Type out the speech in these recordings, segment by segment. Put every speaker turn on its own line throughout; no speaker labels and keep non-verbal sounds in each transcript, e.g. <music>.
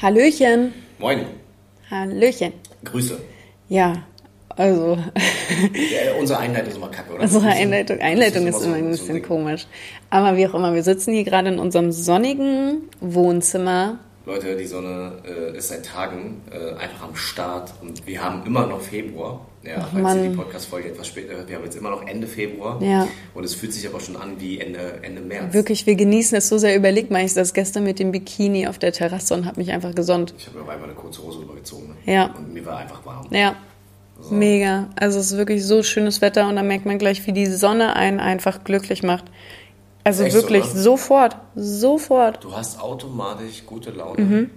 Hallöchen.
Moin.
Hallöchen.
Grüße.
Ja, also <laughs>
Ja, unsere Einleitung ist immer kacke, oder?
unsere
Grüße.
Einleitung, Einleitung
Das
ist immer
so-
ein
so
bisschen
Ding.
komisch. Aber wie auch immer, wir sitzen hier gerade in unserem sonnigen Wohnzimmer.
Leute, die Sonne äh, ist seit Tagen äh, einfach am Start und wir haben immer noch Februar. Ja,
Ach,
falls ihr
Mann.
die Podcast-Folge etwas später hört, wir haben jetzt immer noch Ende Februar
Ja.
und es fühlt sich aber schon an wie Ende, Ende März.
Wirklich, wir genießen es so sehr. Überlegt mal, ich saß gestern mit dem Bikini auf der Terrasse und habe mich einfach gesonnt.
Ich habe mir auf einmal eine kurze Hose übergezogen ne?
Ja.
und mir war einfach warm.
Ja, mega. Also es ist wirklich so schönes Wetter und da merkt man gleich, wie die Sonne einen einfach glücklich macht. Also
Echt so,
wirklich
oder?
sofort, sofort.
Du hast automatisch gute Laune.
Mhm.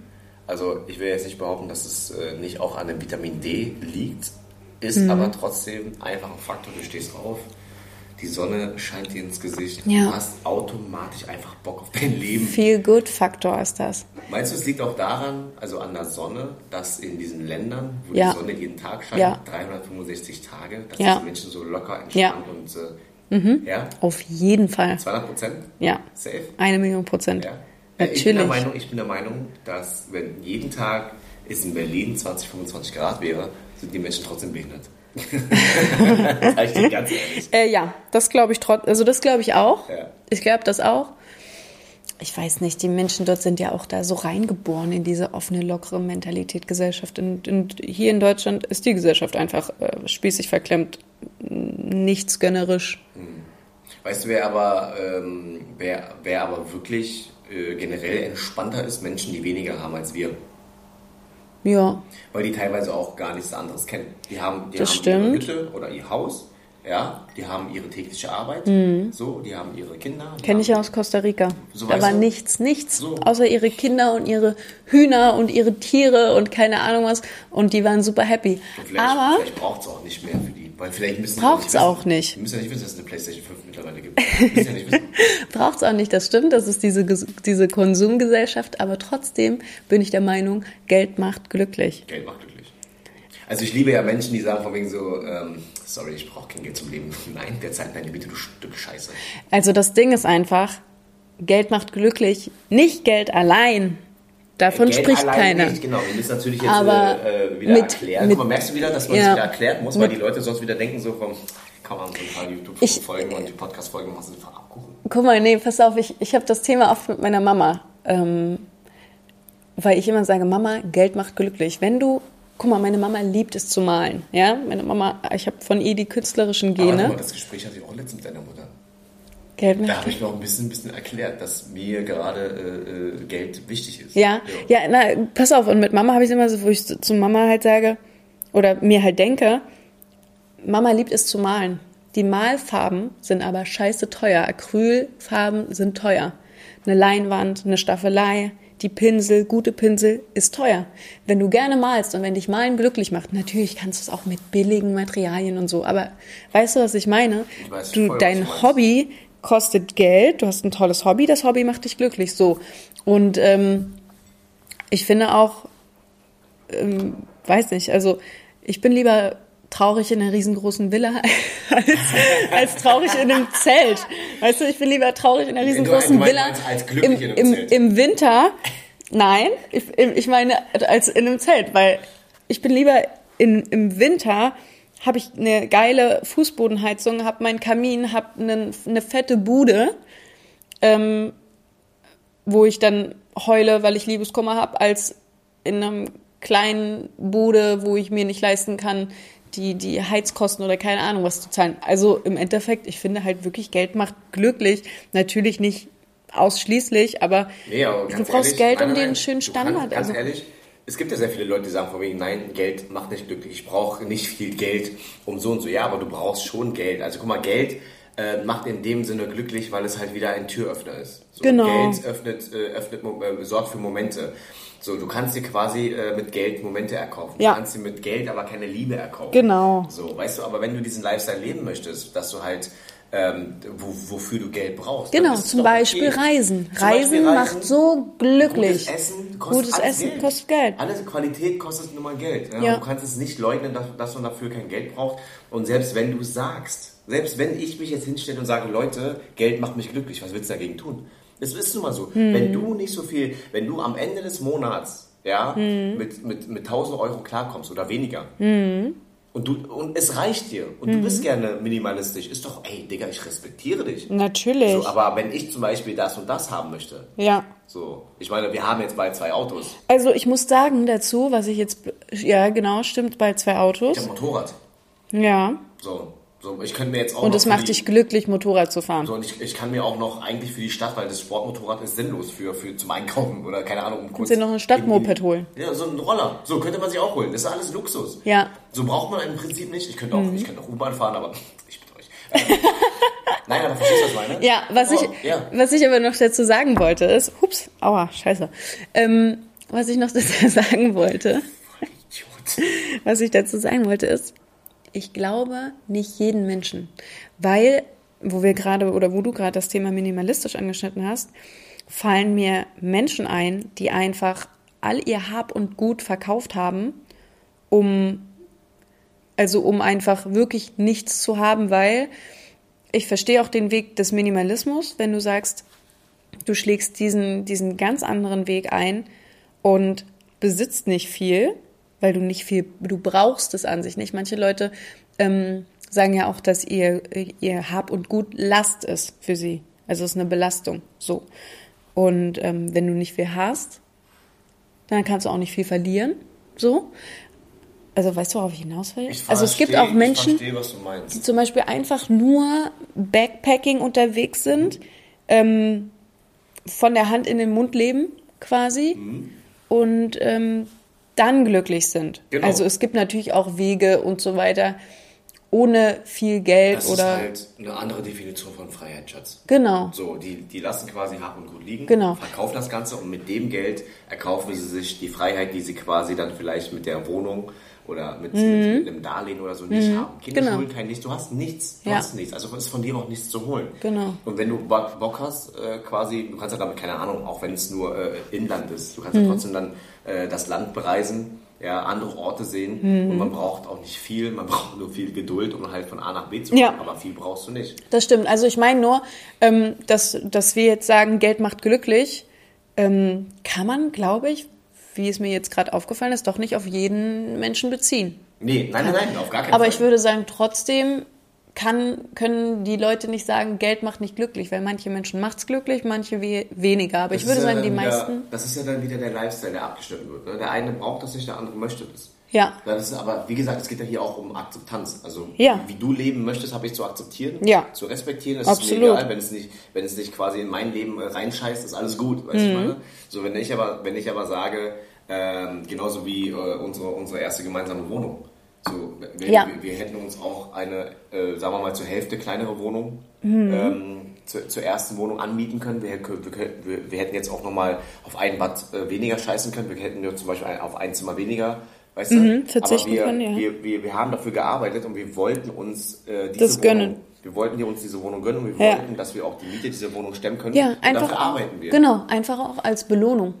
Also ich will jetzt nicht behaupten, dass es äh, nicht auch an dem Vitamin D liegt, ist
Mhm.
aber trotzdem einfach ein Faktor. Du stehst auf, die Sonne scheint dir ins Gesicht,
Ja.
du hast automatisch einfach Bock auf dein Leben.
Feel good Faktor ist das.
Meinst du, es liegt auch daran, also an der Sonne, dass in diesen Ländern, wo
Ja.
die Sonne jeden Tag scheint,
Ja.
365 Tage, dass
Ja.
die Menschen so locker entspannt und äh, ja,
Auf jeden Fall.
200 Prozent
Ja.
safe?
Eine Million Prozent.
Ja. Äh, Ich bin, der
Natürlich.
Meinung, ich bin der Meinung, dass wenn jeden Tag es in Berlin 20, 25 Grad wäre, sind die Menschen
<laughs>
trotzdem behindert. Sag ich dir ganz ehrlich.
Äh, ja, das glaube ich trotz, also das glaube ich auch.
Ja.
Ich glaube das auch. Ich weiß nicht, die Menschen dort sind ja auch da so reingeboren in diese offene, lockere Mentalität, Gesellschaft. Und, und hier in Deutschland ist die Gesellschaft einfach äh, spießig verklemmt, nichts gönnerisch.
Weißt du, wer aber, ähm, wer, wer aber wirklich äh, generell entspannter ist? Menschen, die weniger haben als wir.
Ja,
Weil die teilweise auch gar nichts anderes kennen. Die haben, die
Das
haben
stimmt.
ihre Hütte oder ihr Haus. Ja, die haben ihre tägliche Arbeit, so, die haben ihre Kinder. die
kenne
haben
Mhm. ich ja aus Costa Rica.
So,
da
weißt
war
du?
nichts, nichts,
So.
außer ihre Kinder und ihre Hühner und ihre Tiere und keine Ahnung was. Und die waren super happy.
Vielleicht,
Aber
vielleicht braucht es auch nicht mehr für die. Weil vielleicht müssen die
Braucht's
wissen-
auch nicht.
Die müssen ja nicht wissen, dass es eine PlayStation 5 mittlerweile gibt. Die müssen ja nicht wissen. <laughs>
<laughs> braucht es auch nicht, das stimmt, das ist diese, Ges- diese Konsumgesellschaft, aber trotzdem bin ich der Meinung, Geld macht glücklich.
Geld macht glücklich. Also ich liebe ja Menschen, die sagen von wegen so, ähm, sorry, ich brauche kein Geld zum Leben. <laughs> Nein, derzeit meine Miete, du Stück Scheiße.
Also das Ding ist einfach, Geld macht glücklich, nicht Geld allein. Davon
Geld
spricht
allein
keiner.
Nicht, genau, wir müssen natürlich jetzt
Aber
äh, äh, wieder
mit-
erklären.
mit-
Guck mal, merkst du wieder, dass man
Ja.
sich wieder erklären muss, weil
Mit-
die Leute sonst wieder denken so vom, kann man so ein paar
Ich- äh,
YouTube-Folgen und die Podcast-Folgen machen, sind voll abgehoben.
Guck mal, nee, pass auf, ich, ich habe das Thema oft mit meiner Mama. Ähm, weil ich immer sage, Mama, Geld macht glücklich. Wenn du, guck mal, meine Mama liebt es zu malen. Ja, meine Mama, ich habe von ihr die künstlerischen
Aber guck mal,
Gene.
das Gespräch hatte ich auch letztens mit deiner Mutter.
Geld macht
Da habe ich noch ein bisschen, ein bisschen erklärt, dass mir gerade äh, äh, Geld wichtig ist.
Ja, ja, na, pass auf, und mit Mama habe ich immer so, wo ich zu- zu Mama halt sage, oder mir halt denke, Mama liebt es zu malen. Die Malfarben sind aber scheiße teuer. Acrylfarben sind teuer. Eine Leinwand, eine Staffelei, die Pinsel, gute Pinsel ist teuer. Wenn du gerne malst und wenn dich Malen glücklich macht, natürlich kannst du es auch mit billigen Materialien und so. Aber weißt du, was ich meine?
Ich weiß
du,
voll, was
dein
du meinst.
Hobby kostet Geld. Du hast ein tolles Hobby. Das Hobby macht dich glücklich. So. Und ähm, ich finde auch, ähm, weiß nicht, also ich bin lieber traurig in einer riesengroßen Villa <laughs> als, als traurig in einem Zelt. Weißt du, ich bin lieber traurig in einer
du-
riesengroßen
du meinst
Villa
als- als glücklich
im,
in einem
im,
Zelt.
im Winter. Nein, ich, ich meine als in einem Zelt, weil ich bin lieber in, im Winter habe ich eine geile Fußbodenheizung, habe meinen Kamin, habe eine, eine fette Bude Ähm, wo ich dann heule, weil ich Liebeskummer habe, als in einem kleinen Bude, wo ich mir nicht leisten kann, die, die Heizkosten oder keine Ahnung was zu zahlen. Also im Endeffekt, ich finde halt wirklich, Geld macht glücklich. Natürlich nicht ausschließlich, aber
Nee, aber
du
ganz
brauchst
ehrlich,
Geld
nein,
um
nein,
den schönen
du kannst-
Standard.
Ganz
also,
ehrlich, es gibt ja sehr viele Leute, die sagen von wegen, nein, Geld macht nicht glücklich. Ich brauche nicht viel Geld um so und so. Ja, aber du brauchst schon Geld. Also guck mal, Geld äh, macht in dem Sinne glücklich, weil es halt wieder ein Türöffner ist. So,
Genau.
Geld öffnet, äh, öffnet, Mo- äh, sorgt für Momente. So, du kannst dir quasi äh, mit Geld Momente erkaufen.
Ja.
Du kannst dir mit Geld aber keine Liebe erkaufen.
Genau.
So, weißt du, aber wenn du diesen Lifestyle leben möchtest, dass du halt, ähm, wo, wofür du Geld brauchst. dann
Genau,
ist es
zum
doch okay.
Beispiel Reisen.
Zum
Reisen
Beispiel
macht so glücklich.
Gutes Essen kostet,
Gutes
alles
Essen
Geld.
kostet Geld.
Alles Qualität kostet nun mal Geld. Ja?
Ja.
Du kannst es nicht leugnen, dass, dass man dafür kein Geld braucht. Und selbst wenn du es sagst, selbst wenn ich mich jetzt hinstelle und sage, Leute, Geld macht mich
Hm.
glücklich, was willst du dagegen tun? Es ist nun mal so. Wenn du nicht so viel, wenn du am Ende des Monats ja,
Hm.
mit, mit, mit 1000 Euro klarkommst oder weniger. Und, du, und es reicht dir. Und
Hm.
du bist gerne minimalistisch. Ist doch, ey, Digga, ich respektiere dich.
Natürlich.
So, aber wenn ich zum Beispiel das und das haben möchte,
ja.
so, ich meine, wir haben jetzt bald zwei Autos.
Also ich muss sagen dazu, was ich jetzt, ja genau, stimmt, bei zwei
Ich
Autos.
habe ein Motorrad.
Ja.
So, so, ich könnte mir jetzt auch
Und
noch
es
für
macht
die-
dich glücklich, Motorrad zu fahren.
So, und ich, ich kann mir auch noch eigentlich für die Stadt, weil das Sportmotorrad ist sinnlos für, für zum Einkaufen oder keine Ahnung, um kurz.
dir noch ein Stadtmoped
in-
holen.
Ja, so ein Roller. So könnte man sich auch holen. Das ist alles Luxus.
Ja. Mhm.
So braucht man im Prinzip nicht. Ich könnte auch, ich könnte auch U-Bahn fahren, aber <laughs> ich bitte euch. Ähm, Nein, aber verstehst du, was ich meine?
Ja, was,
Oh,
ich,
Ja.
was ich aber noch dazu sagen wollte ist, hups, aua, scheiße. Ähm, was ich noch <laughs> dazu sagen wollte,
Idiot.
was ich dazu sagen wollte ist, ich glaube nicht jeden Menschen, weil, wo wir gerade oder wo du gerade das Thema minimalistisch angeschnitten hast, fallen mir Menschen ein, die einfach all ihr Hab und Gut verkauft haben, um, also um einfach wirklich nichts zu haben, weil ich verstehe auch den Weg des Minimalismus, wenn du sagst, du schlägst diesen, diesen ganz anderen Weg ein und besitzt nicht viel, weil du nicht viel, du brauchst es an sich nicht. Manche Leute ähm, sagen ja auch, dass ihr, ihr Hab und Gut Last ist für sie. Also es ist eine Belastung. So. Und ähm, wenn du nicht viel hast, dann kannst du auch nicht viel verlieren. So. Also weißt du, worauf ich hinaus will?
Ich
also es gibt
verstehe-
auch Menschen
Ich verstehe, was du meinst.
die zum Beispiel einfach nur Backpacking unterwegs sind, ähm, von der Hand in den Mund leben quasi
Mhm.
und ähm, dann glücklich sind.
Genau.
Also es gibt natürlich auch Wege und so weiter ohne viel Geld
Das
oder
ist halt eine andere Definition von Freiheit, Schatz.
genau.
So, die, die lassen quasi Hab und Gut liegen,
Genau.
verkaufen das Ganze und mit dem Geld erkaufen sie sich die Freiheit, die sie quasi dann vielleicht mit der Wohnung oder mit, mit einem Darlehen oder so nicht haben. Kinder
Mhm. Genau.
schulden kein Nichts, du hast nichts, du
Ja.
hast nichts. Also ist von dir auch nichts zu holen.
Genau.
Und wenn du Bock Bock hast, äh, quasi, du kannst ja damit, keine Ahnung, auch wenn es nur äh, Inland ist, du kannst
Mhm.
ja trotzdem dann äh, das Land bereisen, ja, andere Orte sehen
Mhm.
und man braucht auch nicht viel, man <laughs> braucht nur viel Geduld, um halt von A nach B zu kommen,
Ja.
aber viel brauchst du nicht.
Das stimmt. Also ich meine nur, ähm, dass, dass wir jetzt sagen, Geld macht glücklich, ähm, kann man, glaube ich, wie es mir jetzt gerade aufgefallen ist, doch nicht auf jeden Menschen beziehen.
Nee, nein, nein, nein, auf gar keinen
Aber
Fall.
ich würde sagen, trotzdem kann, können die Leute nicht sagen, Geld macht nicht glücklich, weil manche Menschen macht's glücklich, manche we weniger. Aber ich
Das
würde
ist ja
sagen, die
dann wieder,
meisten.
Das ist ja dann wieder der Lifestyle, der abgeschnitten wird. Ne? Der eine braucht das nicht, der andere möchte das.
Ja.
Das ist aber, wie gesagt, es geht ja hier auch um Akzeptanz. Also,
Ja.
wie du leben möchtest, habe ich zu akzeptieren,
Ja.
zu respektieren. Das ist mir
Absolut.
egal, wenn es, nicht, wenn es nicht quasi in mein Leben äh, reinscheißt, ist alles gut. Weißt
Mhm.
du, ich meine? So, wenn ich aber, wenn ich aber sage, ähm, genauso wie äh, unsere, unsere erste gemeinsame Wohnung. So, wir,
Ja.
wir, wir hätten uns auch eine, äh, sagen wir mal, zur Hälfte kleinere Wohnung
Mhm.
ähm, zu, zur ersten Wohnung anmieten können. Wir, hätten- wir, könnten- wir, wir hätten jetzt auch nochmal auf ein Bad äh, weniger scheißen können. Wir hätten nur zum Beispiel ein, auf ein Zimmer weniger. Weißt du?
Mhm, verzichten
Aber wir,
können, ja.
wir, wir, wir haben dafür gearbeitet und wir wollten uns äh, diese
Das
Wohnung,
gönnen.
Wir wollten hier uns diese Wohnung gönnen und wir
Ja.
wollten, dass wir auch die Miete dieser Wohnung stemmen können.
Ja,
und
einfach.
dafür arbeiten wir.
Genau, einfach auch als Belohnung.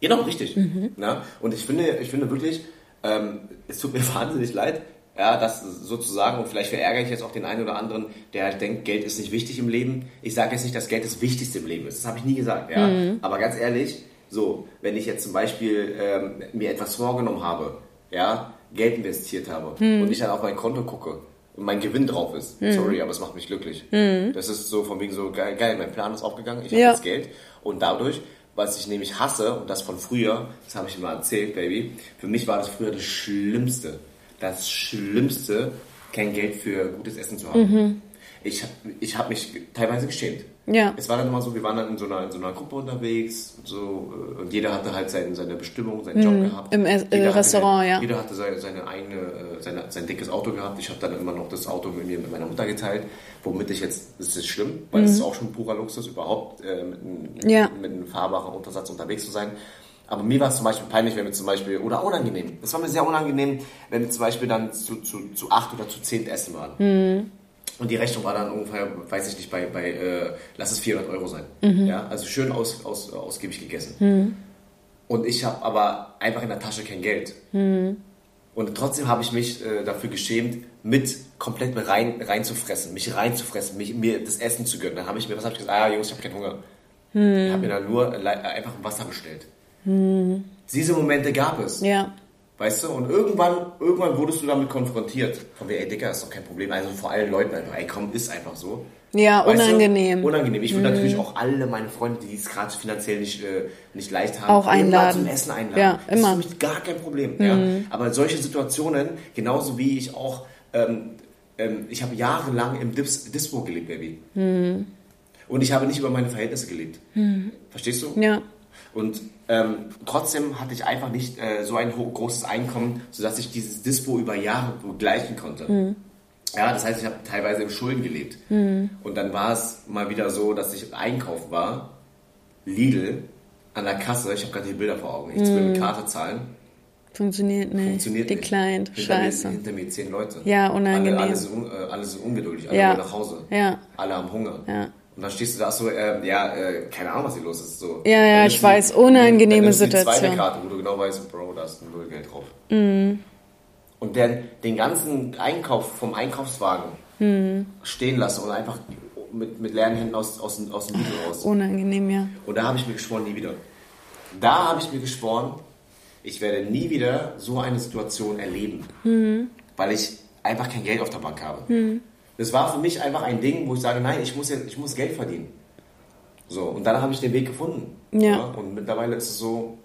Genau, richtig. Na? Und ich finde, ich finde wirklich, ähm, es tut mir <laughs> wahnsinnig leid, ja, dass sozusagen, und vielleicht verärgere ich jetzt auch den einen oder anderen, der halt denkt, Geld ist nicht wichtig im Leben. Ich sage jetzt nicht, dass Geld das Wichtigste im Leben ist. Das habe ich nie gesagt, ja. Aber ganz ehrlich, so, wenn ich jetzt zum Beispiel ähm, mir etwas vorgenommen habe, ja, Geld investiert habe und ich dann auf mein Konto gucke und mein Gewinn drauf ist, sorry, aber es macht mich glücklich. Das ist so von wegen so, geil, geil mein Plan ist aufgegangen, ich habe
Ja.
jetzt Geld und dadurch was ich nämlich hasse, und das von früher, das habe ich immer erzählt, Baby, für mich war das früher das Schlimmste. Das Schlimmste, kein Geld für gutes Essen zu haben. Ich, ich habe mich teilweise geschämt.
Mhm. Ja.
Es war dann immer so, wir waren dann in so einer, in so einer Gruppe unterwegs so, äh, und jeder hatte halt seinen, seine Bestimmung, seinen Job gehabt.
Im Es- äh,
Jeder hatte-
Restaurant, ja.
Jeder hatte seine, seine eigene, äh, seine, sein dickes Auto gehabt. Ich habe dann immer noch das Auto mit mir mit meiner Mutter geteilt, womit ich jetzt, das ist schlimm, weil es ist auch schon purer Luxus, überhaupt äh, mit, einem-
Ja.
mit einem fahrbaren Untersatz unterwegs zu sein. Aber mir war es zum Beispiel peinlich, wenn wir zum Beispiel, oder unangenehm, es war mir sehr unangenehm, wenn wir zum Beispiel dann zu, zu, zu acht oder zu zehn essen waren. Und die Rechnung war dann ungefähr, weiß ich nicht, bei, bei äh, lass es 400 Euro sein. Ja, also schön aus, aus, ausgiebig gegessen. Und ich habe aber einfach in der Tasche kein Geld. Und trotzdem habe ich mich äh, dafür geschämt, mit komplett mit rein, reinzufressen, mich reinzufressen, mich, mir das Essen zu gönnen. Dann habe ich mir, was habe ich gesagt? Ah, Jungs, ich habe keinen Hunger. Ich habe mir dann nur le- äh, einfach ein Wasser bestellt. Diese Momente gab es.
Ja.
Weißt du? Und irgendwann, irgendwann wurdest du damit konfrontiert. Von wegen, ey Dicker, ist doch kein Problem. Also vor allen Leuten einfach, ey komm, ist einfach so.
Ja,
Weißt du?
unangenehm. Mhm.
Unangenehm. Ich würde natürlich auch alle meine Freunde, die es gerade finanziell nicht, äh, nicht leicht haben,
Auch
immer
einladen.
zum Essen einladen.
Ja, immer. Mhm.
Das ist für mich gar kein Problem. Ja. Aber solche Situationen, genauso wie ich auch, ähm, ähm, ich habe jahrelang im Dips, Dispo gelebt, Baby.
Mhm.
Und ich habe nicht über meine Verhältnisse gelebt. Verstehst du?
Ja.
Und ähm, trotzdem hatte ich einfach nicht äh, so ein ho- großes Einkommen, sodass ich dieses Dispo über Jahre begleichen konnte.
Hm.
Ja, das heißt, ich habe teilweise im Schulden gelebt. Und dann war es mal wieder so, dass ich einkaufen war, Lidl, an der Kasse, ich habe gerade die Bilder vor Augen, ich
Hm.
will mit Karte zahlen,
Funktioniert nicht.
funktioniert
Declined.
nicht. Hinter Mir,
Scheiße.
hinter mir zehn Leute.
Ja, unangenehm.
Alle, alle, sind, un- äh, alle sind ungeduldig, alle
Ja.
wollen nach Hause.
Ja.
Alle haben Hunger.
Ja.
Und dann stehst du da so, ähm, ja, äh, keine Ahnung, was hier los ist. So.
Ja, ja,
Dann
ich
nimmst
weiß, unangenehme
dann nimmst du Die
Situation. Mhm.
zweite Karte, wo du genau weißt, Bro, da ist null Geld drauf. Und dann den ganzen Einkauf vom Einkaufswagen
Mhm.
stehen lassen und einfach mit, mit leeren Händen aus, aus, dem- aus dem Video raus.
Unangenehm, ja.
Und da habe ich mir geschworen, nie wieder. Da habe ich mir geschworen, ich werde nie wieder so eine Situation erleben,
Mhm.
weil ich einfach kein Geld auf der Bank habe. Das war für mich einfach ein Ding, wo ich sage, nein, ich muss, jetzt, ich muss Geld verdienen. So, und dann habe ich den Weg gefunden.
Ja.
und mittlerweile ist es so,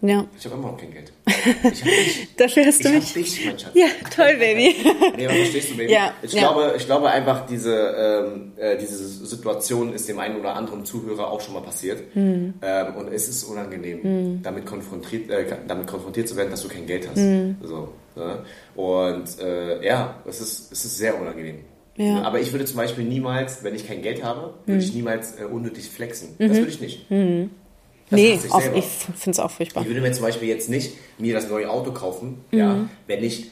Ja.
ich habe immer noch
<laughs>
kein Geld. Ich habe dich,
Dafür hast
ich
du
habe
mich.
dich, mein Schatz.
Ja,
<laughs>
toll, Baby.
Nee, aber verstehst du, Baby?
Ja,
ich,
ja.
Glaube, ich glaube einfach, diese, ähm, äh, diese Situation ist dem einen oder anderen Zuhörer auch schon mal passiert.
Hm.
Ähm, und es ist unangenehm, damit, konfrontiert, äh, damit konfrontiert zu werden, dass du kein Geld hast.
Hm.
So, ne? Und äh, ja, es ist, es ist sehr unangenehm. Ne?
Ja. Hm.
Aber ich würde zum Beispiel niemals, wenn ich kein Geld habe, würde ich niemals äh, unnötig flexen. Das würde ich nicht. Das
Mhm. Nee,
hasse ich
auf,
selber.
ich finde es auch furchtbar.
Ich würde mir zum Beispiel jetzt nicht mir das neue Auto kaufen,
Mhm.
ja, wenn ich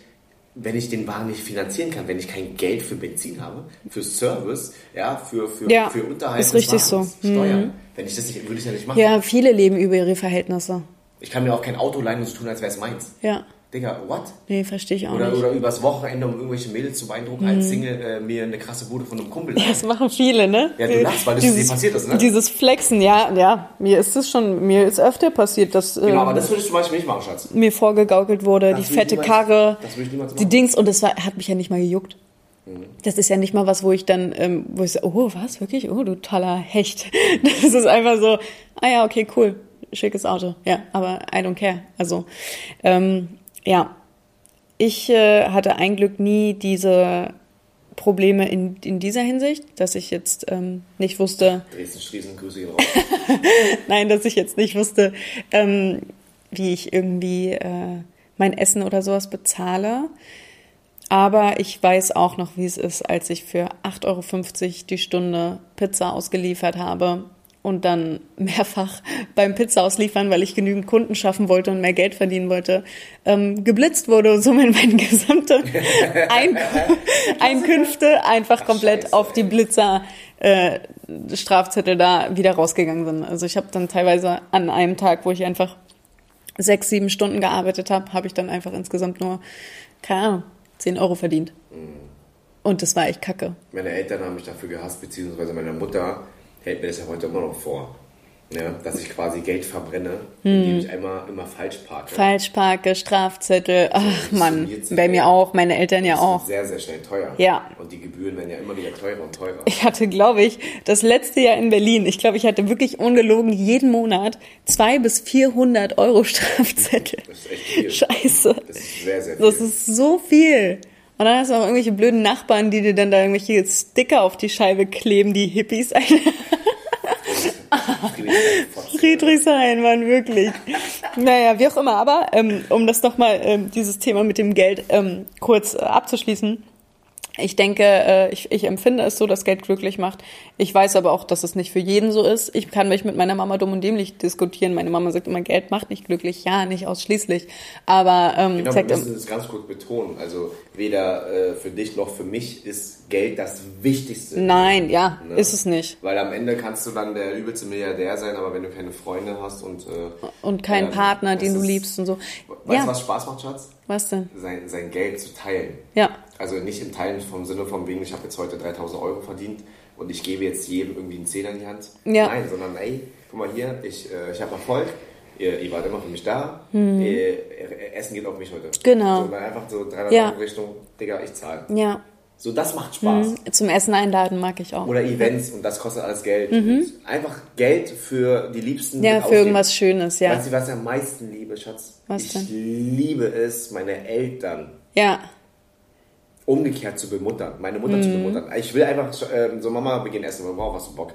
wenn ich den Wagen nicht finanzieren kann, wenn ich kein Geld für Benzin habe, für Service, ja, für für,
Ja,
für Unterhalt,
ist richtig
des Wagens,
so. Mhm.
Steuern. Wenn ich das nicht, würde ich das nicht machen.
Ja, viele leben über ihre Verhältnisse.
Ich kann mir auch kein Auto leihen und so tun, als wäre es meins.
Ja.
Digga, what?
Nee, verstehe ich auch
Oder,
nicht.
oder übers Wochenende, um irgendwelche Mädels zu beeindrucken, als
Mhm.
Single äh, mir eine krasse Bude von einem Kumpel leihen.
Das machen viele, ne?
Ja, du lachst, weil das dir passiert ist, ne?
Dieses Flexen, ja, ja. Mir ist es schon, mir ist öfter passiert, dass äh,
Genau, aber das würde ich zum Beispiel nicht machen, Schatz.
mir vorgegaukelt wurde,
Das
die
will ich
fette
niemals-
Karre,
das will ich niemals
die
machen.
Dings und das war, hat mich ja nicht mal gejuckt. Das ist ja nicht mal was, wo ich dann, ähm, wo ich so, oh, was, wirklich? Oh, du toller Hecht. <laughs> Das ist einfach so, ah ja, okay, cool, schickes Auto. Ja, aber I don't care. Also, ähm, ja, ich äh, hatte ein Glück nie diese Probleme in, in dieser Hinsicht, dass ich jetzt ähm, nicht wusste, <laughs>
Dresden, Schließen, Grüße hier raus.
Nein, dass ich jetzt nicht wusste, ähm, wie ich irgendwie äh, mein Essen oder sowas bezahle. Aber ich weiß auch noch, wie es ist, als ich für 8,50 Euro die Stunde Pizza ausgeliefert habe und dann <laughs> mehrfach beim Pizza ausliefern, weil ich genügend Kunden schaffen wollte und mehr Geld verdienen wollte, ähm, geblitzt wurde und somit meine gesamte Ein Einkünfte einfach komplett
Scheiße,
auf die
ey.
Blitzer äh, Strafzettel da wieder rausgegangen sind. Also ich habe dann teilweise an einem Tag, wo ich einfach sechs, sieben Stunden gearbeitet habe, habe ich dann einfach insgesamt nur, keine Ahnung, 10 Euro verdient.
Mhm.
Und das war echt kacke.
Meine Eltern haben mich dafür gehasst, beziehungsweise meine Mutter hält mir das ja heute immer noch vor. Ja, dass ich quasi Geld verbrenne,
Hm.
indem ich einmal immer falsch parke.
Falschparke, Strafzettel, ach
das
Mann,
summiert sich,
bei
ey.
mir auch, meine Eltern ja
das wird
auch.
sehr, sehr schnell teuer.
Ja.
Und die Gebühren werden ja immer wieder teurer und teurer.
Ich hatte, glaube ich, das letzte Jahr in Berlin, ich glaube, ich hatte wirklich ungelogen jeden Monat zwei bis 400 Euro Strafzettel.
Das ist echt viel.
Scheiße.
Das ist sehr, sehr viel.
Das ist so viel. Und dann hast du auch irgendwelche blöden Nachbarn, die dir dann da irgendwelche Sticker auf die Scheibe kleben, die Hippies. Alter, <laughs> Friedrichshain, Mann, wirklich. Naja, wie auch immer. Aber ähm, um das nochmal, ähm, dieses Thema mit dem Geld ähm, kurz äh, abzuschließen. Ich denke, äh, ich, ich empfinde es so, dass Geld glücklich macht. Ich weiß aber auch, dass es nicht für jeden so ist. Ich kann mich mit meiner Mama dumm und dämlich diskutieren. Meine Mama sagt immer, Geld macht nicht glücklich. Ja, nicht ausschließlich. Aber ähm,
Genau, wir
sagt,
müssen das ganz kurz betonen. Also weder äh, für dich noch für mich ist Geld das Wichtigste.
nein, ja,
Ne?
ist es nicht.
Weil am Ende kannst du dann der übelste Milliardär sein, aber wenn du keine Freunde hast und... Äh,
Und keinen
ähm,
Partner,
das
den du
ist-
liebst und so.
Weißt
ja,
du, was Spaß macht, Schatz?
was denn?
sein, sein Geld zu teilen.
Ja.
Also nicht im Teilen vom Sinne von wegen, ich habe jetzt heute 3000 Euro verdient und ich gebe jetzt jedem irgendwie einen Zehner in die Hand.
Ja.
Nein, sondern ey, guck mal hier, ich, äh, ich habe Erfolg, ihr, ihr wart immer für mich da, ihr, ihr Essen geht auf mich heute.
Hm. Genau.
So, dann einfach so 300
Ja.
Euro Richtung, Digga, ich zahle.
Ja.
So, das macht Spaß.
Zum Essen einladen mag ich auch.
Oder Events und das kostet alles Geld. Einfach Geld für die Liebsten.
Mhm. ja,
mit
für irgendwas
ausgeben.
Schönes, ja.
Weißt du, was ich am meisten liebe, Schatz?
Was
ich
denn?
liebe es, meine Eltern
Ja.
umgekehrt zu bemuttern, meine Mutter zu
Mhm.
bemuttern. Ich will einfach ähm, so, Mama, wir gehen essen, wow, was du Bock.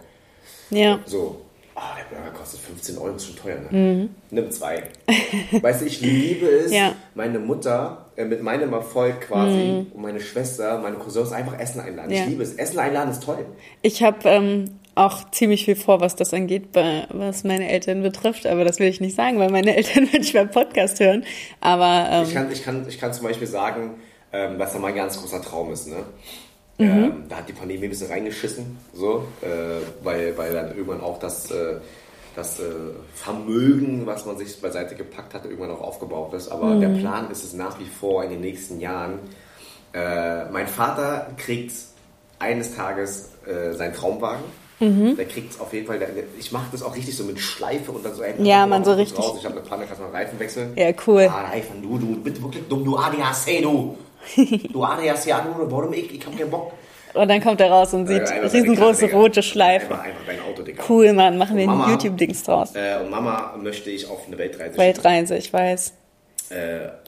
Ja.
So, ah, der Burger kostet 15 Euro, ist schon teuer, ne? Nimm zwei.
<laughs>
weißt du, ich liebe es,
Mhm. Ja. Mhm.
meine Mutter äh, mit meinem Erfolg quasi und meine Schwester, meine Cousins einfach Essen einladen.
Ja.
Ich liebe es. Essen einladen ist toll.
Ich habe ähm, auch ziemlich viel vor, was das angeht, bei- was meine Eltern betrifft. Aber das will ich nicht sagen, weil meine <laughs> Eltern manchmal Podcast hören. Aber ähm,
Ich kann, ich kann, ich kann zum Beispiel sagen, ähm, was da mein ganz großer Traum ist. Ne?
Mhm.
Ähm, da hat die Pandemie ein bisschen reingeschissen, so, äh, weil, weil dann irgendwann auch das, äh, das äh, Vermögen, was man sich beiseite gepackt hatte, irgendwann auch aufgebaut ist. Aber der
Mhm.
Plan ist es nach wie vor in den nächsten Jahren. Äh, mein Vater kriegt eines Tages äh, seinen Traumwagen.
Mhm.
Der kriegt auf jeden Fall. Der, ich mache das auch richtig so mit Schleife und dann so ein
Ja, man so richtig-
Raus. Ich habe eine Panne, kannst mal Reifen wechseln.
Ja, cool.
Ah, Reifen, du, du, bitte wirklich dumm, du ADHC, du. Du ADHC, du, warum ich? Ich hab keinen Bock.
und dann kommt er raus und sieht
Äh, einfach seine
riesengroße
Karre, Digga.
rote Schleife.
Einfach, einfach dein Auto, Digga.
Cool, Mann, machen wir
Mama.
ein YouTube-Dings draus.
Äh, und Mama möchte ich auf eine Weltreise schicken.
Weltreise, ich weiß.
Ob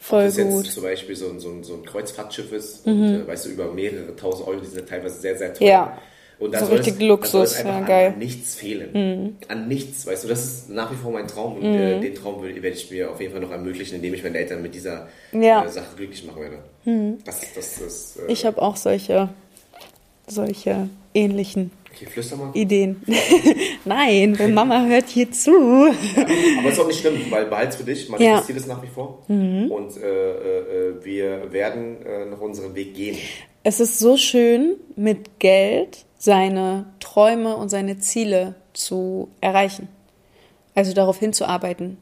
Voll
Äh, das jetzt
gut. Mhm.
zum Beispiel so ein, so ein, so ein Kreuzfahrtschiff ist, und, äh, weißt du, über mehrere tausend Euro, die sind ja teilweise sehr, sehr teuer.
Ja.
Und da
So
soll
richtig
es, da
Luxus,
soll es einfach
ja,
an,
geil. Mhm.
an nichts fehlen. An nichts, weißt du, das ist nach wie vor mein Traum und äh, den Traum will- werde ich mir auf jeden Fall noch ermöglichen, indem ich meine Eltern mit dieser
Ja. Mhm.
äh, Sache glücklich machen werde. Das, das ist. Äh,
Ich habe auch solche, solche ähnlichen
okay, flüster mal.
Ideen. <laughs> Nein, wenn Mama hört hier zu.
Aber ist auch nicht schlimm, weil behalt's für dich. Mein
Ja. Mhm.
Ziel ist nach wie vor. Und äh, äh, äh, wir werden äh, noch unseren Weg gehen.
Es ist so schön, mit Geld seine Träume und seine Ziele zu erreichen. Also darauf hinzuarbeiten,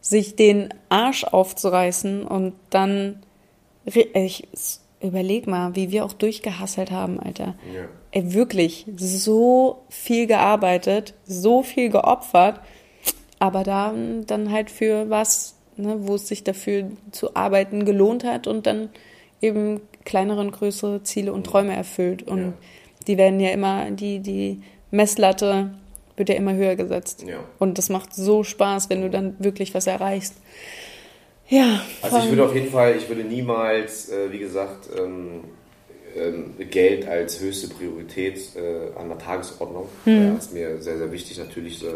sich den Arsch aufzureißen und dann. re- Ich s- überleg mal, wie wir auch durchgehasselt haben, Alter.
Ja.
Ey, wirklich so viel gearbeitet, so viel geopfert, aber da dann halt für was, ne, wo es sich dafür zu arbeiten gelohnt hat und dann eben kleinere und größere Ziele und Träume erfüllt. Und
Mhm. Ja.
die werden ja immer, die, die Messlatte wird ja immer höher gesetzt.
Ja. Mhm.
Und das macht so Spaß, wenn du dann wirklich was erreichst. Ja,
Also ich
voll.
würde auf jeden Fall, ich würde niemals, äh, wie gesagt, ähm, ähm, Geld als höchste Priorität äh, an der Tagesordnung. Ja, ist mir sehr, sehr wichtig, natürlich äh,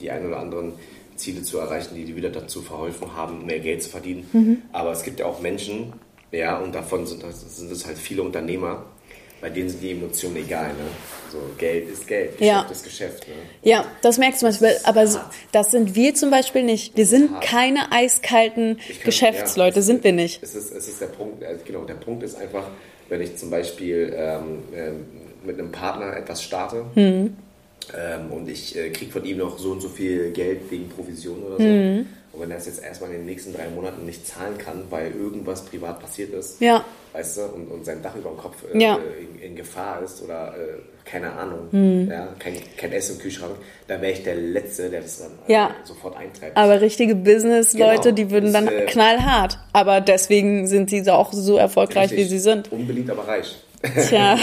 die ein oder anderen Ziele zu erreichen, die, die wieder dazu verholfen haben, mehr Geld zu verdienen. Aber es gibt ja auch Menschen, ja, und davon sind, das, sind es halt viele Unternehmer, bei denen sind die Emotionen egal. Ne? So, Geld ist Geld, Geschäft
Ja.
ist Geschäft. Ne?
Ja, das merkst du manchmal, aber
Ah.
so, das sind wir zum Beispiel nicht. Wir sind
hart.
keine eiskalten
Ah. Ich kann-
Geschäftsleute,
ja, es-
sind wir nicht.
Es ist, es ist der Punkt, also genau, der Punkt ist einfach, wenn ich zum Beispiel ähm, ähm, mit einem Partner etwas starte
Hm.
ähm, und ich äh, kriege von ihm noch so und so viel Geld wegen Provision oder so.
Hm.
Und wenn er es jetzt erstmal in den nächsten drei Monaten nicht zahlen kann, weil irgendwas privat passiert ist,
Ja.
weißt du, und, und sein Dach über dem Kopf äh,
Ja.
in, in Gefahr ist oder äh, keine Ahnung,
Hm.
ja, kein, kein Essen im Kühlschrank, dann wäre ich der Letzte, der das dann äh,
Ja.
sofort eintreibt.
Aber richtige Business-Leute,
Genau.
die würden dann
Das, äh,
knallhart. Aber deswegen sind sie so auch so erfolgreich,
Richtig.
wie sie
<laughs>
sind.
Unbeliebt, aber reich.
Tja,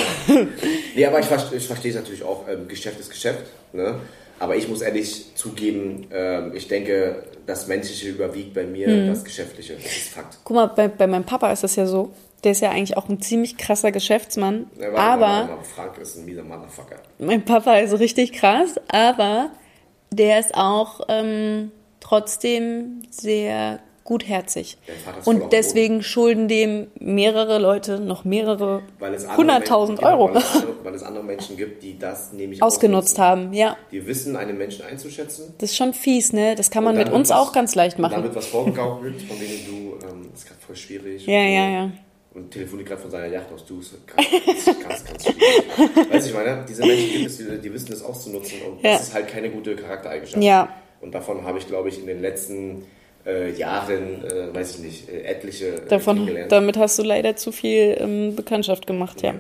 Nee, aber ich, ver- ich verstehe es natürlich auch. Ähm, Geschäft ist Geschäft. Ne? Aber ich muss ehrlich zugeben, ähm, ich denke, das Menschliche überwiegt bei mir
Hm.
das Geschäftliche. Das ist Fakt.
guck mal, bei, bei meinem Papa ist das ja so. Der ist ja eigentlich auch ein ziemlich krasser Geschäftsmann.
Ne, warte mal, warte
Aber
mal, Frank ist ein mieser Motherfucker.
mein Papa ist richtig krass, aber der ist auch ähm, trotzdem sehr gutherzig.
Der Vater ist voll auf dem
Und deswegen schulden dem mehrere Leute noch mehrere
Weil es andere
100.000
Menschen-
Euro
Genau, Weil es, andere, weil es andere Menschen gibt, die das nämlich
ausgenutzt
ausnutzen.
haben. Ja,
Die wissen, einen Menschen einzuschätzen.
das ist schon fies, ne? Das kann man
Und
mit
dann wird
uns
was-
auch ganz leicht
Und dann
machen.
wird was vorgegaukelt, von denen du, ähm, ist gerade voll schwierig.
Ja,
und so.
ja, ja.
Und telefoniert gerade von seiner Yacht aus. Du, ist ganz, ganz, ganz, ganz schwierig. Weißt du, ich meine, diese Menschen gibt es, die, die wissen das auszunutzen und
Ja.
das ist halt keine gute Charaktereigenschaft.
Ja.
Und davon habe ich, glaube ich, in den letzten äh, Jahren, äh, weiß ich nicht, äh, etliche äh,
Davon,
kennengelernt.
damit hast du leider zu viel ähm, Bekanntschaft gemacht, ja.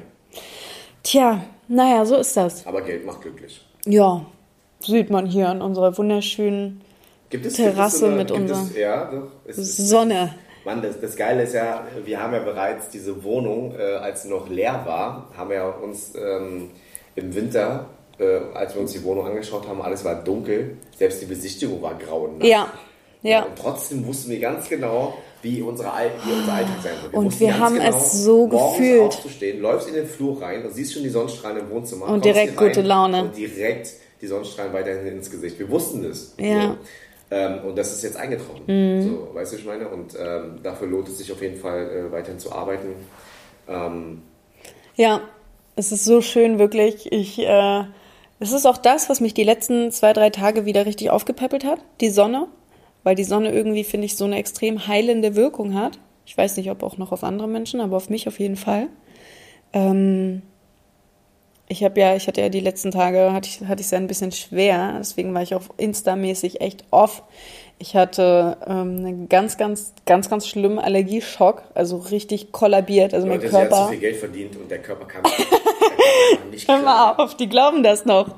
Tja, naja, so ist das.
Aber Geld macht glücklich.
Ja, sieht man hier an unserer wunderschönen
Gibt es,
Terrasse
gibt es so eine,
mit
gibt
unserer-
Es, ja, doch. Es, es,
Sonne.
Mann, das, das Geile ist ja, wir haben ja bereits diese Wohnung, äh, als sie noch leer war, haben ja uns ähm, im Winter, äh, als wir uns die Wohnung angeschaut haben, alles war dunkel. Selbst die Besichtigung war grau. und nass.
Ja, ja.
Und trotzdem wussten wir ganz genau, wie, unsere Al wie unser Alltag sein wird.
Und
wussten
wir
ganz genau,
haben es so
morgens
gefühlt.
Aufzustehen, läufst in den Flur rein und siehst schon die Sonnenstrahlen im Wohnzimmer.
Und
kommst
direkt
hier rein
gute Laune.
Und direkt die Sonnenstrahlen weiterhin ins Gesicht. Wir wussten es.
Ja. Mhm.
So. Ähm, und das ist jetzt eingetroffen. So, weißt du, was ich meine? Und ähm, dafür lohnt es sich auf jeden Fall, äh, weiterhin zu arbeiten. Ähm,
Ja, es ist so schön, wirklich. Ich, äh, es ist auch das, was mich die letzten zwei, drei Tage wieder richtig aufgepäppelt hat, die Sonne. Weil die Sonne irgendwie, finde ich, so eine extrem heilende Wirkung hat. Ich weiß nicht, ob auch noch auf andere Menschen, aber auf mich auf jeden Fall. Ähm, ich habe ja, ich hatte ja die letzten Tage, hatte ich, hatte ich es ja ein bisschen schwer, deswegen war ich auch Insta-mäßig echt off. Ich hatte ähm, einen ganz, ganz, ganz, ganz schlimmen Allergieschock, also richtig kollabiert, also mein
Leute, sie hat
Körper.
zu viel Geld verdient und der Körper
<laughs>
kam, der Körper kam nicht
Hör mal
klar.
auf, die glauben das noch.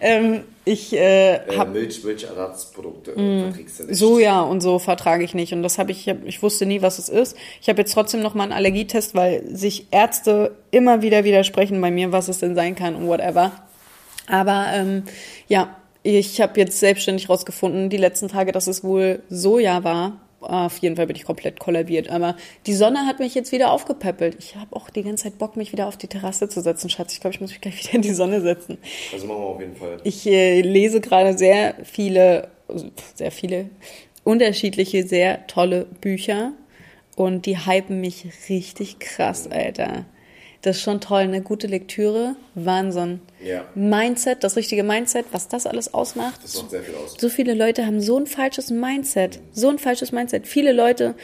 Ähm, ich äh,
Äh,
habe
Milch, Milchersatzprodukte verträgst du nicht.
Soja und Mhm. so vertrage ich nicht und das habe ich, ich hab- ich wusste nie, was es ist. Ich habe jetzt trotzdem noch mal einen Allergietest, weil sich Ärzte immer wieder widersprechen bei mir, was es denn sein kann und whatever. Aber ähm, ja, ich habe jetzt selbstständig rausgefunden, die letzten Tage, dass es wohl Soja war. Auf jeden Fall bin ich komplett kollabiert. Aber die Sonne hat mich jetzt wieder aufgepäppelt. Ich habe auch die ganze Zeit Bock, mich wieder auf die Terrasse zu setzen, Schatz. Ich glaube, ich muss mich gleich <laughs> wieder in die Sonne setzen.
Also machen wir auf jeden Fall.
Ich äh, lese gerade sehr viele, also, pf, sehr viele unterschiedliche, sehr tolle Bücher und die hypen mich richtig krass, Alter. Das ist schon toll, eine gute Lektüre, Wahnsinn.
Ja.
Mindset, das richtige Mindset, was das alles ausmacht.
Das macht sehr viel aus.
So viele Leute haben so ein falsches Mindset, so ein falsches Mindset. Viele Leute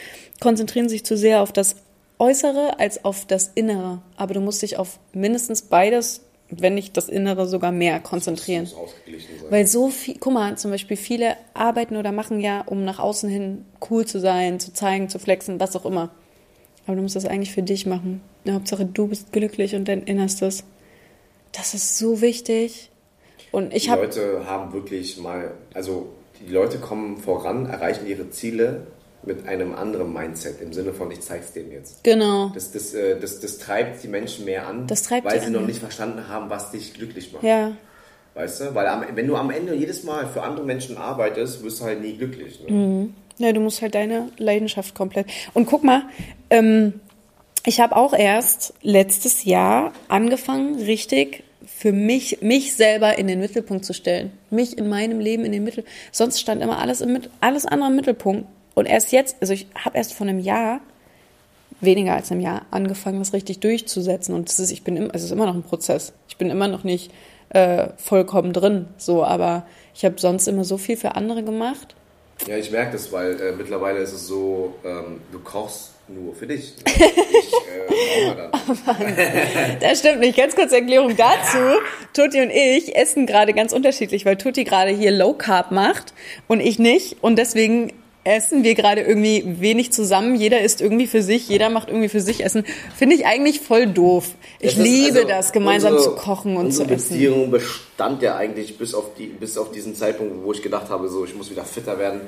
konzentrieren sich zu sehr auf das Äußere als auf das Innere. Aber du musst dich auf mindestens beides, wenn nicht das Innere sogar mehr, konzentrieren.
muss ausgeglichen sein.
Weil so viel, guck mal, zum Beispiel viele arbeiten oder machen ja, um nach außen hin cool zu sein, zu zeigen, zu flexen, was auch immer. Aber du musst das eigentlich für dich machen. Hauptsache, du bist glücklich und dein Innerstes. Das ist so wichtig. Und ich
die
habe
Leute haben wirklich mal, also die Leute kommen voran, erreichen ihre Ziele mit einem anderen Mindset im Sinne von ich zeig's denen jetzt.
Genau.
Das, das, äh, das, das treibt die Menschen mehr an,
Das treibt
weil
die
sie
an,
noch
ja.
nicht verstanden haben, was dich glücklich macht.
Ja,
Weißt du? Weil am, wenn du am Ende jedes Mal für andere Menschen arbeitest, wirst du halt nie glücklich.
Mhm.
Ne?
Ja, du musst halt deine Leidenschaft komplett. Und guck mal, ähm, ich habe auch erst letztes Jahr angefangen, richtig für mich, mich selber in den Mittelpunkt zu stellen. Mich in meinem Leben in den Mittel. Sonst stand immer alles, im, Mit- alles andere im Mittelpunkt. Und erst jetzt, also ich habe erst vor einem Jahr, weniger als einem Jahr, angefangen, das richtig durchzusetzen. Und das ist, ich bin immer, also es ist immer noch ein Prozess. Ich bin immer noch nicht äh, vollkommen drin. So, aber ich habe sonst immer so viel für andere gemacht.
Ja, ich merke das, weil äh, mittlerweile ist es so, ähm, du kochst nur für dich.
<laughs>
Ne? Ich äh, brauche da.
Das stimmt nicht. Ganz kurze Erklärung dazu. Tutti und ich essen gerade ganz unterschiedlich, weil Tutti gerade hier Low Carb macht und ich nicht. Und deswegen essen wir gerade irgendwie wenig zusammen. Jeder isst irgendwie für sich, jeder macht irgendwie für sich Essen. Finde ich eigentlich voll doof. Ich
Das ist
liebe
also
das, gemeinsam
unsere-
zu kochen und zu
unsere
essen.
Beziehung bestand ja eigentlich bis auf, die, bis auf diesen Zeitpunkt, wo ich gedacht habe, so ich muss wieder fitter werden,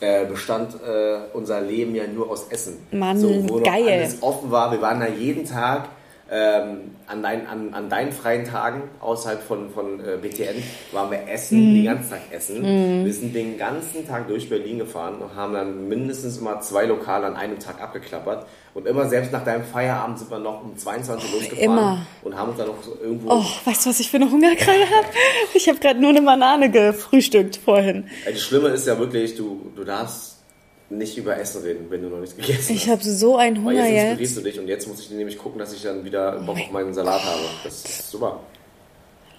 äh, bestand äh, unser Leben ja nur aus Essen.
Mann,
so, wo noch
geil.
Alles offen war. Wir waren da jeden Tag ähm, an, dein, an, an deinen freien Tagen außerhalb von, von äh, BTN waren wir
Mhm.
essen, den ganzen Tag essen. Wir sind den ganzen Tag durch Berlin gefahren und haben dann mindestens immer zwei Lokale an einem Tag abgeklappert. Und immer selbst nach deinem Feierabend sind wir noch um 22 Uhr losgefahren
Oh, immer.
und haben uns dann noch so irgendwo.
Oh, weißt du, was ich für einen Hunger gerade habe? Ich habe gerade nur eine Banane gefrühstückt vorhin.
Ey, Also Das Schlimme ist ja wirklich, du, du darfst nicht über Essen reden, wenn du noch nichts gegessen
Ich
hast.
habe so einen
Weil
Hunger
jetzt
jetzt.
inspirierst du dich und jetzt muss ich nämlich gucken, dass ich dann wieder Bock auf meinen Salat habe. Das ist super.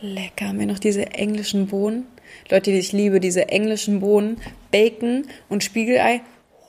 Lecker, haben wir noch diese englischen Bohnen. Leute, ich liebe diese englischen Bohnen. Bacon und Spiegelei.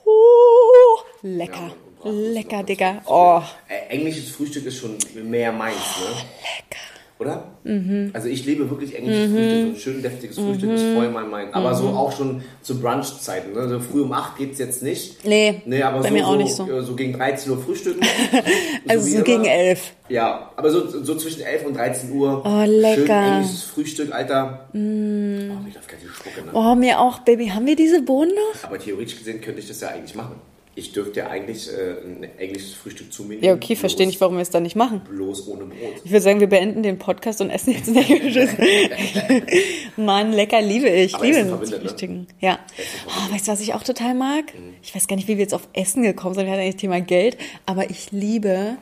Huh,
Ja,
lecker.
Mann, und Bratwurst noch Äh,
lecker,
dazu.
Digga. Oh,
Äh, Englisches Frühstück ist schon mehr meins, ne?
lecker.
Oder?
Mhm.
Also ich lebe wirklich englisches Frühstück, so ein schön deftiges Frühstück ist voll mein Mind. Aber so
Mhm.
auch schon zu Brunchzeiten. Ne? So früh um 8 geht es jetzt nicht.
Nee,
Nee, aber
bei
so,
mir auch
so,
nicht so.
äh, so gegen 13 Uhr frühstücken.
<laughs> Also
wie
so
immer.
gegen elf.
Ja, aber so, so zwischen 11 und 13 Uhr.
Oh, lecker. Mm.
Schön englisches Frühstück, Alter. Oh, mir läuft gerade die Spucke, ne?
Oh, mir auch, Baby. Haben wir diese Bohnen noch?
Aber theoretisch gesehen könnte ich das ja eigentlich machen. Ich dürfte ja eigentlich äh, ein englisches Frühstück zu mir
Ja,
nehmen,
okay, verstehe nicht,
bloß,
warum wir es dann nicht machen.
bloß ohne Brot.
Ich würde sagen, wir beenden den Podcast und essen jetzt ein englisches.
<laughs>
Mann, lecker liebe ich.
Aber
liebe
Essen
ein
verbindet, ne? Mhm.
Frühstücken. Ja. Oh, weißt du, was ich auch total mag? Ich weiß gar nicht, wie wir jetzt auf Essen gekommen sind. Wir hatten eigentlich Thema Geld. Aber ich liebe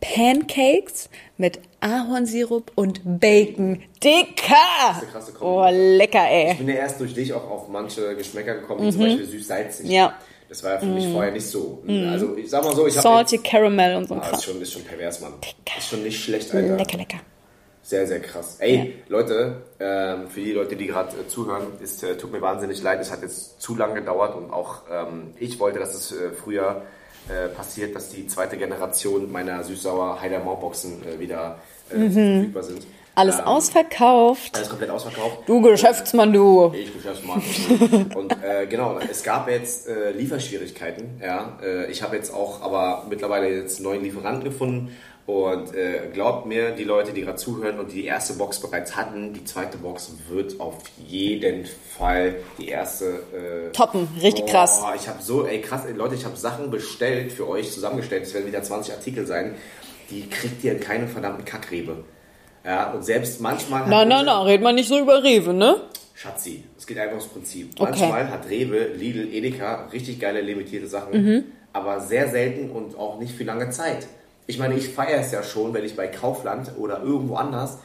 Pancakes mit Ahornsirup und Bacon.
eine
Dicker!
krasse Kombi.
Oh, lecker,
Ich
ey.
bin ja erst durch dich auch auf manche Geschmäcker gekommen, wie zum Beispiel süß-salzig.
Mhm. Ja. Mhm.
Das war ja für mich vorher nicht so. Also ich sag mal so, ich habe
Salty Caramel und so ein
Ah, ist
Kram.
schon, ist schon pervers, Mann.
Lecker.
Ist schon nicht schlecht, Alter.
Lecker, lecker.
Sehr, sehr krass. Ey, Leute, ähm, für die Leute, die gerade äh, zuhören, es äh, tut mir wahnsinnig leid, es hat jetzt zu lange gedauert und auch ähm, ich wollte, dass es äh, früher äh, passiert, dass die zweite Generation meiner süß-sauer Heider-Mau-Boxen äh, wieder äh, verfügbar sind.
Mhm. Alles
Ähm,
ausverkauft.
Alles komplett ausverkauft.
Du Geschäftsmann, du.
Ich
<laughs>
Geschäftsmann. Und äh, genau, es gab jetzt äh, Lieferschwierigkeiten. Ja, äh, ich habe jetzt auch aber mittlerweile jetzt einen neuen Lieferanten gefunden. Und äh, glaubt mir, die Leute, die gerade zuhören und die die erste Box bereits hatten, die zweite Box wird auf jeden Fall die erste. Äh,
Toppen, richtig krass.
Boah, ich habe so, ey krass, ey, Leute, ich habe Sachen bestellt für euch zusammengestellt. Es werden wieder 20 Artikel sein. Die kriegt ihr in keinem verdammten Kackrebe. Ja, und selbst manchmal. hat
Na, na,
unsere-
na, red mal nicht so über Rewe, ne?
Schatzi, es geht einfach ums Prinzip.
Okay.
Manchmal hat Rewe, Lidl, Edeka richtig geile limitierte Sachen,
Mhm.
aber sehr selten und auch nicht für lange Zeit. Ich meine, ich feiere es ja schon, wenn ich bei Kaufland oder irgendwo anders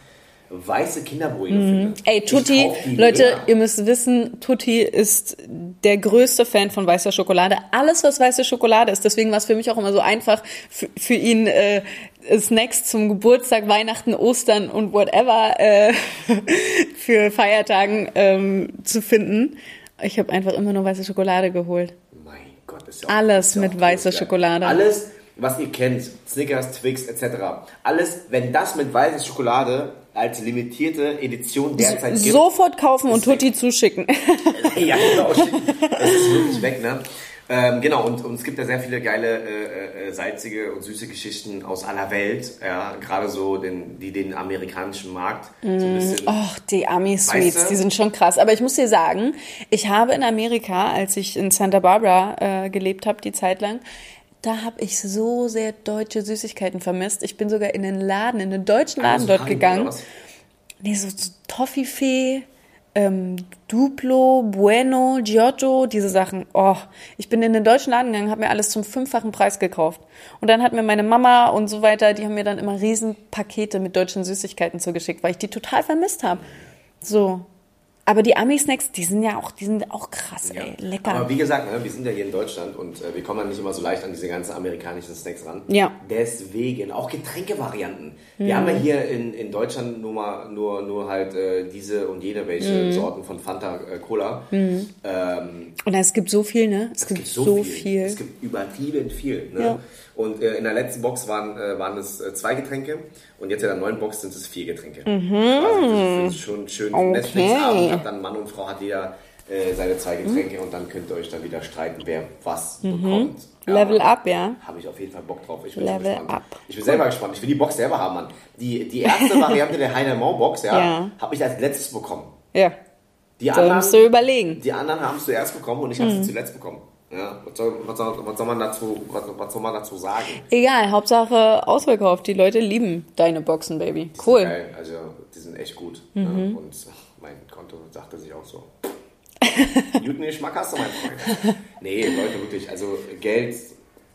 weiße Kinderbrühe finde.
Mhm. Ey,
Ich
Tutti,
kauf die
Leute,
leer.
ihr müsst wissen, Tutti ist der größte Fan von weißer Schokolade. Alles, was weiße Schokolade ist. Deswegen war es für mich auch immer so einfach, für, für ihn äh, Snacks zum Geburtstag, Weihnachten, Ostern und whatever äh, <laughs> für Feiertagen ähm, zu finden. Ich habe einfach immer nur weiße Schokolade geholt.
Mein Gott, ist ja
Alles
ist ja
mit
auch
weißer
todesgeil.
Schokolade.
Alles, was ihr kennt, Snickers, Twix etc. Alles, wenn das mit weißer Schokolade als limitierte Edition derzeit gibt.
Sofort kaufen und Tutti zuschicken.
ja,
<laughs>
genau. Es ist wirklich weg, ne? Ähm, genau, und, und es gibt ja sehr viele geile, äh, äh, salzige und süße Geschichten aus aller Welt. Ja, gerade so, den, die den amerikanischen Markt so
Mhm.
ein bisschen.
Och, die Ami-Sweets,
Weißt du?
die sind schon krass. Aber ich muss dir sagen, ich habe in Amerika, als ich in Santa Barbara äh, gelebt habe, die Zeit lang, da habe ich so sehr deutsche Süßigkeiten vermisst. Ich bin sogar in den Laden, in den deutschen Laden
so
dort
Haribo oder
gegangen.
was?
Nee, so, so Toffifee, ähm, Duplo, Bueno, Giotto, diese Sachen. Oh, ich bin in den deutschen Laden gegangen, habe mir alles zum fünffachen Preis gekauft. Und dann hat mir meine Mama und so weiter, die haben mir dann immer riesen Pakete mit deutschen Süßigkeiten zugeschickt, weil ich die total vermisst habe. So. Aber die Ami-Snacks, die sind ja auch, die sind auch krass,
Ja.
ey. Lecker.
Aber wie gesagt, ne, wir sind ja hier in Deutschland und äh, wir kommen ja nicht immer so leicht an diese ganzen amerikanischen Snacks ran.
Ja. Mhm.
Deswegen auch Getränkevarianten. Wir haben ja hier in, in Deutschland nur, mal, nur, nur halt äh, diese und jene welche
Mhm.
Sorten von Fanta äh, Cola. Ähm,
und es gibt so viel, ne? Es, gibt, so, viel.
Es gibt übertrieben viel. Ne?
Ja.
Und äh, in der letzten Box waren, äh, waren es äh, zwei Getränke und jetzt in der neuen Box sind es vier Getränke. Also das ist schon schön.
Mhm. Okay.
Netflix-Abend hat dann Mann und Frau hat jeder äh, seine zwei Getränke und dann könnt ihr euch dann wieder streiten, wer was bekommt.
Mhm. Level up, ja.
Habe ich auf jeden Fall Bock drauf. Ich bin schon
Level
gespannt.
up.
Ich bin selber gespannt. Ich will die Box selber haben, Mann. Die, die erste Variante der Heiner Mau Box, ja,
<laughs> Ja.
habe ich als letztes bekommen.
Ja.
Die
Da musst du überlegen.
die anderen haben es zuerst bekommen und ich habe es zuletzt bekommen. Ja, was, soll, was, soll, was, soll man dazu, was, was soll man dazu sagen?
Egal, Hauptsache ausverkauft. Die Leute lieben deine Boxen, Baby.
Die
Cool.
Sind geil, also die sind echt gut. Ne? Und ach, mein Konto sagte sich auch so. Guten Geschmack hast du, mein Freund. Nee, Leute, wirklich. Also Geld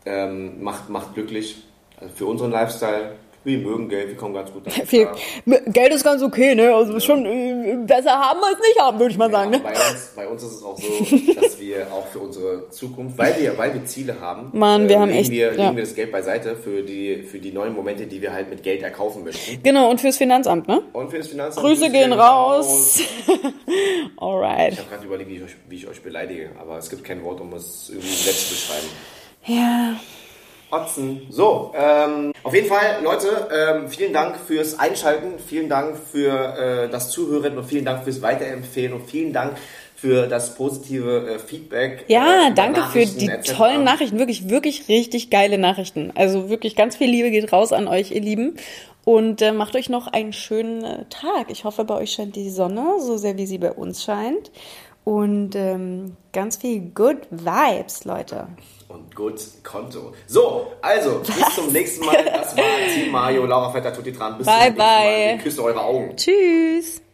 ähm, macht, macht glücklich. Also für unseren Lifestyle. Wir mögen Geld, wir kommen ganz gut damit
<laughs> Viel,
klar.
Geld ist ganz okay, ne? Also schon äh, besser haben als nicht haben, würde ich mal sagen.
Ja,
Ne?
bei, uns, bei uns ist es auch so, dass wir auch für unsere Zukunft, weil wir, weil wir Ziele haben, äh,
Mann, wir haben
legen,
echt-
wir, legen
ja.
wir das Geld beiseite für die, für die neuen Momente, die wir halt mit Geld erkaufen möchten.
Genau, und fürs Finanzamt, ne?
Und für das Finanzamt.
Grüße gehen raus.
Ich
<laughs> Alright.
habe gerade überlegt, wie ich, euch, wie ich euch beleidige, aber es gibt kein Wort, um es irgendwie nett zu beschreiben.
Ja.
Otzen. So, ähm, auf jeden Fall, Leute, ähm, vielen Dank fürs Einschalten, vielen Dank für äh, das Zuhören und vielen Dank fürs Weiterempfehlen und vielen Dank für das positive äh, Feedback.
Ja,
äh,
danke für
Nachrichten
die
etc.
tollen Nachrichten. Wirklich, wirklich richtig geile Nachrichten. Also wirklich ganz viel Liebe geht raus an euch, ihr Lieben. Und äh, macht euch noch einen schönen äh, Tag. Ich hoffe, bei euch scheint die Sonne, so sehr wie sie bei uns scheint. Und ähm, ganz viel Good Vibes, Leute.
Und gut, Konto. So, also,
<laughs>
bis zum nächsten Mal. Das war Team Mario, Laura Vetter, Tutti dran. Bis
Bye,
zum nächsten Mal.
bye.
Wir küssen eure Augen.
Tschüss.